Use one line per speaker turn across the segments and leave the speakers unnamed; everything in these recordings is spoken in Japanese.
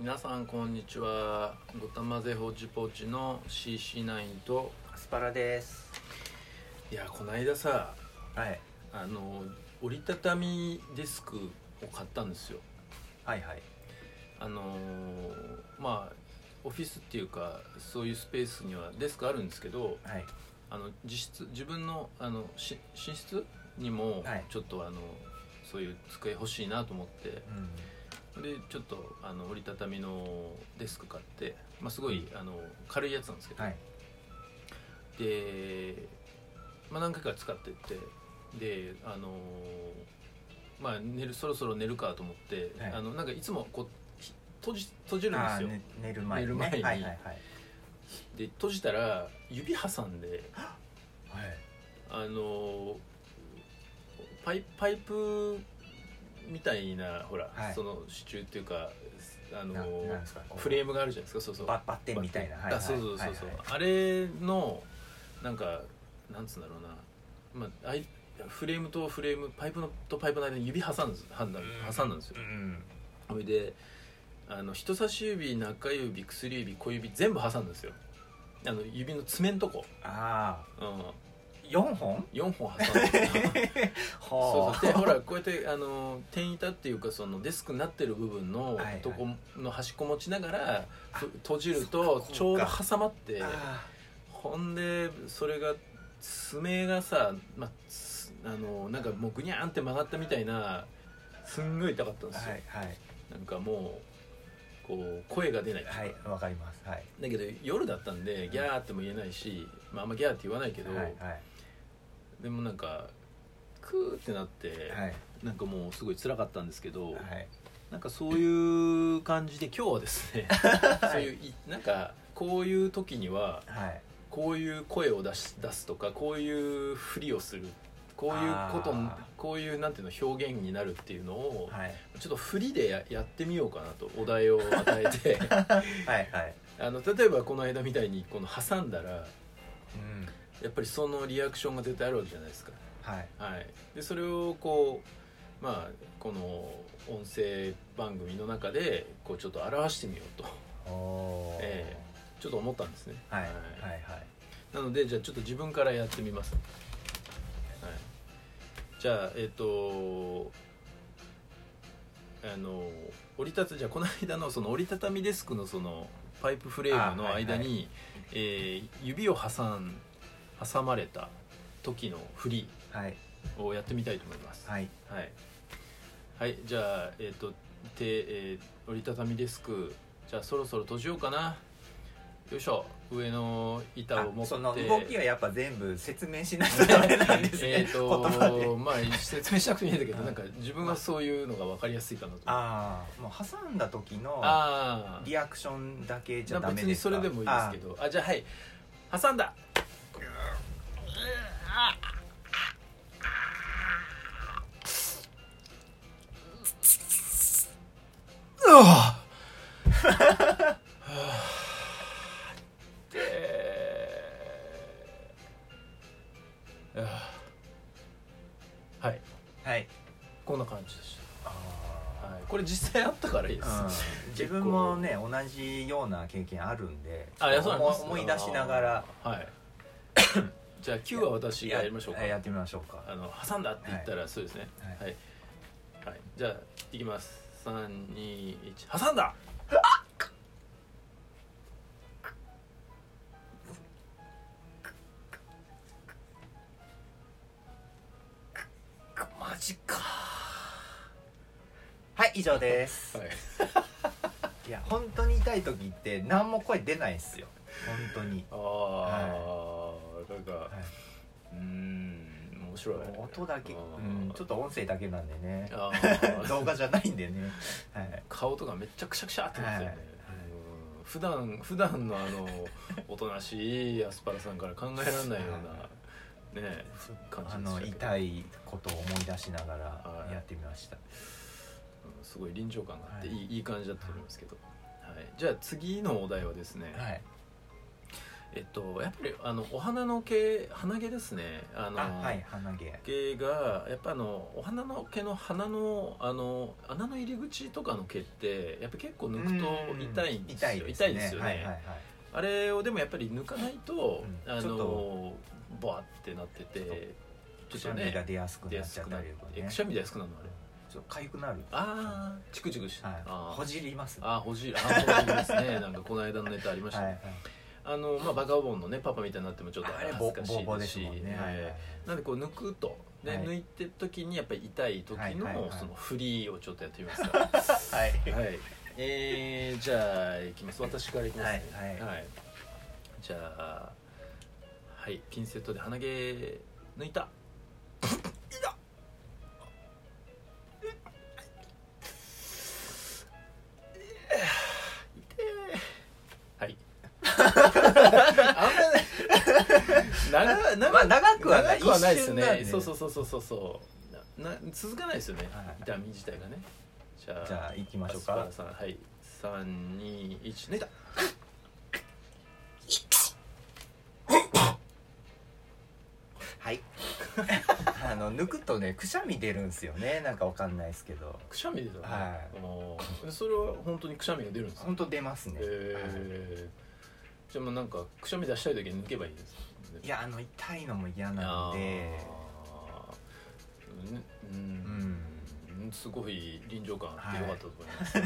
皆さんこんにちはごたまぜほちぽちの CC9 と
アスパラです
いやこないださ
はい
あの折りたたみデスクを買ったんですよ
はいはい
あのまあオフィスっていうかそういうスペースにはデスクあるんですけど
はい
あの実質自分のあのし寝室にも
はい
ちょっとあの、そういう机欲しいなと思って
うん
でちょっとあの折りたたみのデスク買って、まあ、すごいあの軽いやつなんですけど、
はい
で、まあ、何回か使ってってであのーまあ寝るそろそろ寝るかと思って、
はい
あのなんかいつもこうひ閉じ閉じるんで
あ
す
ー
よ、
ね寝る前に、ね、
寝る前に
はいはいはい
で閉じたら指挟んで
はい
あのーパイパイプみたいなほら、
はい
その支柱っていうかあの
な
ー
なんですかこう
フレームがあるじゃないですかそうそう
ババッテンみたいなはい
あそうそうそうそう、あれのなんかなんつうんだろうな、まあ、あいフレームとフレームパイプのとパイプの間に指挟んです挟んだ挟んだんですよ
うん
それであの人差し指中指薬指小指全部挟んだんですよあの指の爪のとこ、
ああ
うん、
四本
4本挟ん でそう
は
そうでほらこうやってあの天板っていうかそのデスクになってる部分の
はいはい
とこの端っこ持ちながら、
あ
ふ閉じるとちょうど挟まって
ああ
ほんでそれが爪がさ、まあ、つあのなんかもうぐにゃーんって曲がったみたいなすんごい痛かったんですよ、
はいはい
なんかもうこう声が出ない、
はいわかりますはい
だけど夜だったんでギャーっても言えないし、まあ、あんまギャーって言わないけど、
はいは
でもなんかクーってなって、
いはい
なんかもうすごい辛かったんですけど、
はい
なんかそういう感じで今日はです ねそういういなんかこういう時には
はい
こういう声を出し出すとかこういうふりをするこういうこと
あー
こういうなんていうの表現になるっていうのを、
はい
ちょっとふりでややってみようかなとお題を与え て
はいはい
あの例えばこの間みたいにこの挟んだら
うん
やっぱりそのリアクションが絶対あるわけじゃないですか。
はい
はい、でそれをこうまあこの音声番組の中でこうちょっと表してみようと
おおー
えちょっと思ったんですね。
はいはいはい
なのでじゃあちょっと自分からやってみます、はい、じゃあえっ、とあの折りたたじゃあこの間のその折りたたみデスクのそのパイプフレームの間に、
あはい
えー指を挟ん挟まれた時の振り
はい
をやってみたいと思います
はい
はい、はいじゃあえっ、と手、えー折りたたみデスクじゃあそろそろ閉じようかなよいしょ上の板
あ
を持って
その動きはやっぱ全部説明しないとダメなんですね、
えっ
言葉で
とまあ説明しなくていいんだけど
うん
なんか自分はそういうのが分かりやすいかなと
ああもう挟んだ時の
あ
リアクションだけじゃ
あ
ダメ
別に
です
そ
か
れでもいいですけどあじゃあはい挟んだうわはあでああはい
あはい
こんな感じでし
あ
た、はい、これ実際あったからいいです、
ーうん自分もね同じような経験あるんで
あいやそうなんです
思い出しながら
はい じゃあ9は私がやりましょうか
ややってみましょうか
あの挟んだって言ったらそうですね
はい
はい、はいじゃあいきます321挟んだ
マジかはい以上です
はい
いや本当に痛い時って何も声出ないですよ本当に
ああなんか
はいう
ーん面白い
もう音だけ、
あー
うん、ちょっと音声だけなんでね
あ
動
ー
画じゃないんでね、はい、
顔とかめっちゃくしゃくしゃってなってたよね
はい
うん普段普段のあのおとなしいアスパラさんから考えられないようなね感じ
あ
でした
の
けど
痛いことを思い出しなが
は
ら
い
やってみました
うんすごい臨場感があって、
はい
い、いいい感じだったと思いますけど、はい、じゃあ次のお題はですね、
はい
えっとやっぱりあのお花の毛鼻毛ですねあの
あはい鼻毛
毛がやっぱあのお花の毛の鼻のあの穴の入り口とかの毛ってやっぱ結構抜くと
うん
痛いんです
痛
よ、
いです
痛
ね
いですよね、
はいはいはい
あれをでもやっぱり抜かないと、
うん
あ
ちょっ
のボワってなって
ちょってく
ち
し
ょ
ゃ
っと
みが
ね
出やすく
出
な
や
っち
す
ゃっ
く
た
な
り
る
とか
え
ね
くしゃみ出やすくなるのあれ
ちょっと痒くなる
あーチクチクし、
はい
あ
ほじりますね
あーほじりあーほじりです ねなんかこの間のネタありました
はい
ね、
はい
あのまあバカボンのねパパみたいになってもちょっと
あれ
恥
ボ
ずかしい
ボボで
ですす
も
し
んねはいはいはい
えーなんでこう抜くとで、
はい
抜いてる時にやっぱり痛い時
はいはいはい
のそのフリーをちょっとやってみますかは
はい
いえー、じゃあいきます私からいきますね
はいはい
じゃあはいピンセットで鼻毛抜いたはいあんまね長長
まあ長くはない
長くはないです
一瞬なん
ね
で
そうそうそうそうそうそうなな続かないですよね、
はい
痛み自体がねじゃあ
じゃあ行きましょう
アスパ
か
ラさんはい321抜いた
はいあの抜くとねくしゃみ出るんですよねなんかわかんないですけど
くしゃみ出たね、
は
おーそれは本当にくしゃみが出るんですか
本当出ますね、
えー、じゃあもうなんかくしゃみ出したい時に抜けばいいですね
いやあの痛いのも嫌なの
あー
で
ねう、
うんん
うんすごい臨場感あってよかったと思います、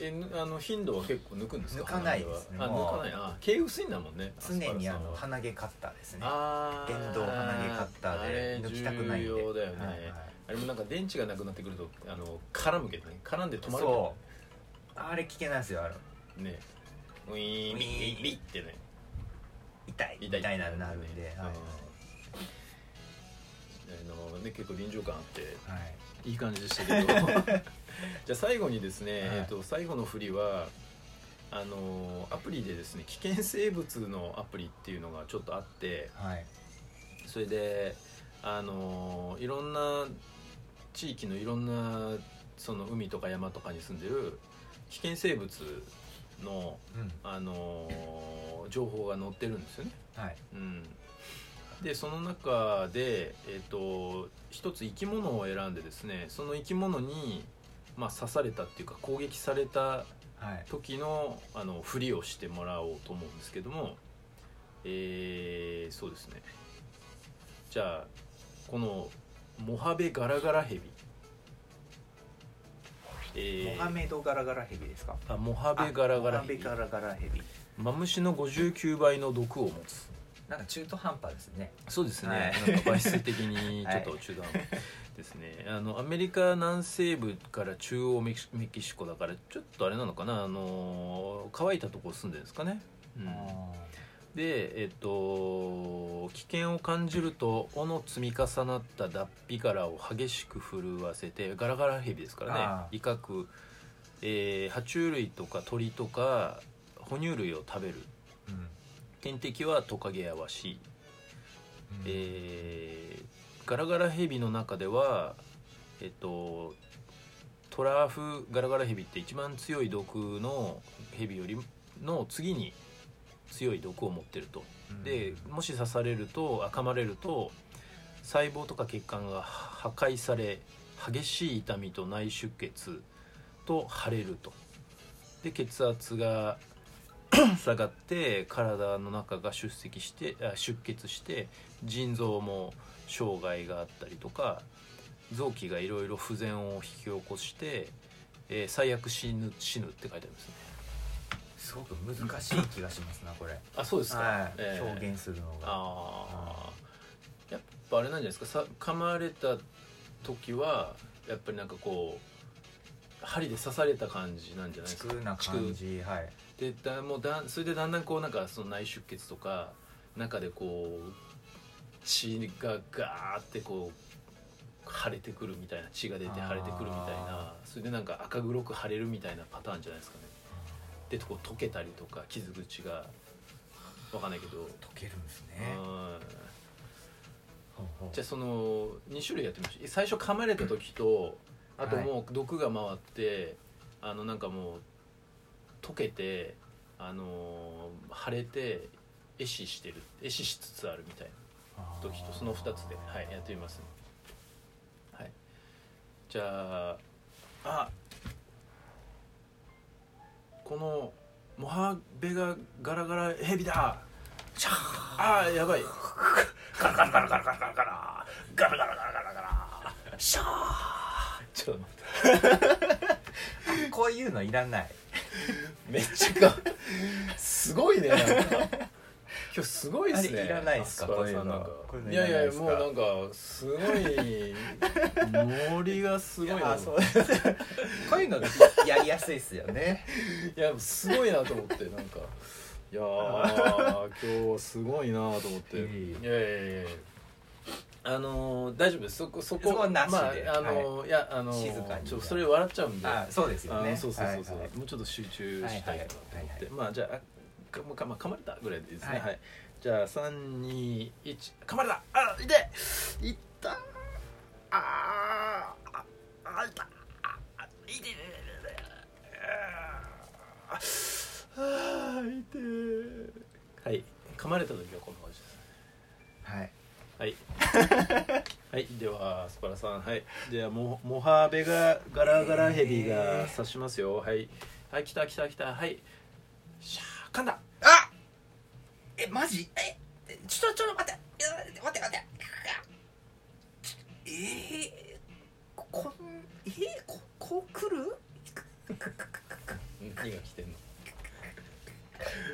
えぬあの頻度は結構抜くんですか
抜かないですね
あ
もう
抜かないあ毛薄いんだもんね
常にあの
アスパラさんは
鼻毛カッターですね
あー
電動鼻毛カッターで
あれ
抜きたくないんで
重要だよね、
はいはい
あれもなんか電池がなくなってくるとあの絡むけどね絡んで止まるけどね
そうあれ聞けないですよあれ
ねウィーンビッビッってね
痛いみたいなのになるんで、
ね
はい
うんあのね結構臨場感あって
はい
いい感じでしたけど じゃあ最後にですね、
はい
えっと最後の振りはあのアプリでですね危険生物のアプリっていうのがちょっとあって
はい
それであのいろんな地域のいろんなその海とか山とかに住んでる危険生物の
うん
あのー情報が載ってるんですよね。
はい
うん、でその中で、えっと一つ生き物を選んでですねその生き物に、まあ、刺されたっていうか攻撃された
はい
時のあのふりをしてもらおうと思うんですけども、えーそうですねじゃあこのモハベガラガラヘビ、えー
モハメドガラガラヘビですか
あモハベガラガラ
モハ
ヘ
メ
ビ
ガラガラヘビ
マムシの59倍の毒を持つ
なんか中途半端ですね
そうですね、
はい
なんか倍数的 にちょっと中断ですね、あのアメリカ南西部から中央メキシメキシコだからちょっとあれなのかなあのー乾いたところ住んでるんですかね、うんでえっと危険を感じると尾の積み重なった脱皮殻を激しく震わせてガラガラヘビですから
あ
ね威嚇、えー爬虫類とか鳥とか哺乳類を食べる
うん
天敵はトカゲやワシえーガラガラヘビの中ではえっとトラフガラガラヘビって一番強い毒のヘビよりの次に強い毒を持ってると
うん
でもし刺されるとあ噛まれると細胞とか血管が破壊され激しい痛みと内出血と腫れるとで血圧が 下がって体の中が出血してあ出血して腎臓も障害があったりとか臓器がいろいろ不全を引き起こして、えー最悪死ぬ死ぬって書いてありますね
すごく難しい気がしますなこれ
あそうですか、
はい、
えー
表現するのが
ああやっぱあれなんじゃないですかさ噛まれた時はやっぱりなんかこう針で刺された感じなんじゃない
地
です
区
か
な感じはい
でだもうだんそれでだんだんこうなんかその内出血とか中でこう血がガーってこう腫れてくるみたいな血が出て腫れてくるみたいなそれでなんか赤黒く腫れるみたいなパターンじゃないですかねでこう溶けたりとか傷口がわかんないけど、
溶けるんですね
うん
ほうほう
じゃあその2種類やってみましょう最初噛まれた時とあともう毒が回って、あのなんかもう溶けてあのー腫れて壊死してる壊死しつつあるみたいな時と
あー
その2つで、はい、やってみますね、はい、じゃああこのモハベがガラガラヘビだ
シャー
あー やばい
ガラガラガラガラガラガラガラガラガラガラガラシャー
ちょっと待って
こういうのいらない
めっちゃかすごいねなんか今日すごいです
あ
ね
れいらないっすか
アスパラさんなんか
こういうの
いやいや
こういうのいらないっすか
もうなんかすごいノリがすごいな
あそう こういうのやりやすいですよね
いやすごいなと思ってなんかいやー今日すごいなと思って
いえい
いやいやいやいやあのー大丈夫ですそこそこ
そこはなしで
まああのーいやあのー
静かに
ちょっとそれ笑っちゃうんで
あそうですよ
あ
ね
そうそうそうそう、
はいはい
もうちょっと集中したいなと思って、
はいはいはいはい
まあじゃああかもうか、まあ、噛まれたぐらいでいいですねは、
はいい
じゃあ321噛まれたあ痛いいったあーああいたああ痛い痛い痛い痛いあーあー痛いはい噛まれた時はこんな感じです
はい
はい はいではスパラさんはいではモモハーベがガラガラヘビが刺しますよはいはい来た来た来たはいシャー噛んだ
あえマジえちょっとちょっと待っていや待って待ってえー、ここんえー、ここう来 る
何が来てんの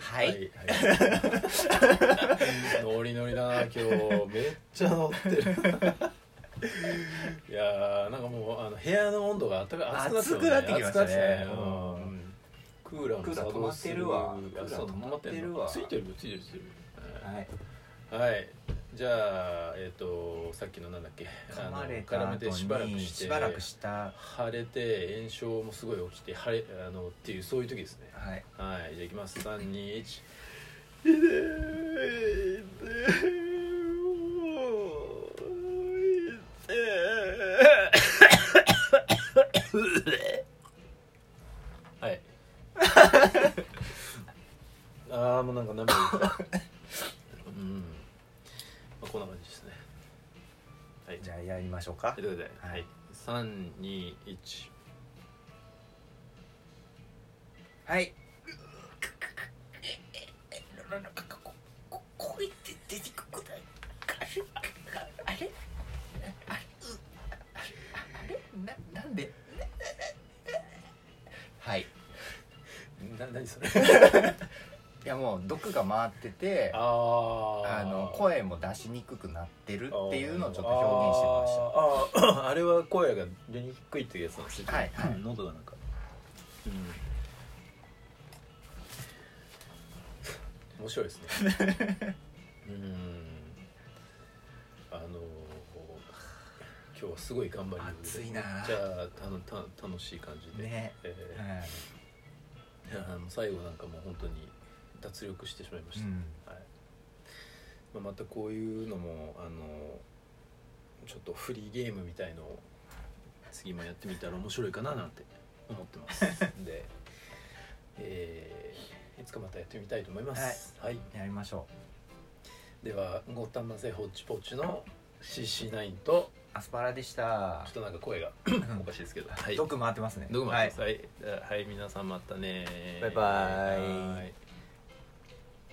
はい、
はい、 ノリノリだな今日めっちゃ乗ってるいやーなんかもうあの部屋の温度が暖か暑くなってきま
暑くな
し
ってきましたた
ね
ね
うんクーラーも作動す
クーラー止まってるわ
あそう止
クーラー止
ま
ま
っ
ってて
る
る
わ
わ
ついてるついてるついてる
はい、
はいじゃあえっ、とさっきのなんだっけ
噛まれ
あ
た
の絡めて
後に
しばらくして
しばらくした
腫れて炎症もすごい起きて腫れあのっていうそういう時ですね
はい
はいじゃあいきます321はいああもうなんか涙出てきたうん、まあ、こんな感じですねはい
じゃあやりましょうか
ということで、は
はいい、
三二一。
はいこここいって出てくくないあれあれあれななんではい
な、なにそれ。
いやもう毒が回っててあ
ああ。
の声も出しにくくなってるっていうのをちょっと
表現して
表現してまし
ました。あーあー、あれは声が出にくいっていうやつなんですね。
はいはい
うん喉がなんか。うん。面白い ですね。うん。あのー。今日はすごい頑張りようで
暑いな
じゃあたのた楽しい感じ
た
で、
ね
えー
う
いやあの最後なんかもう本当に脱力してしまいました、
ん
はいまあ、またこういうのもあのちょっとフリーゲームみたいのを次もやってみたら面白いかななんて思って ますで、えーいつかまたやってみたいと思います、はい
やりましょう
では「ごたませホッチポッチ」の CC9 と
アスパラでした
ちょっとなんか声がおかしいですけど、はい、
毒回ってますね
どうも
はい
はい、はい、皆さんまたね
バイバイ
はい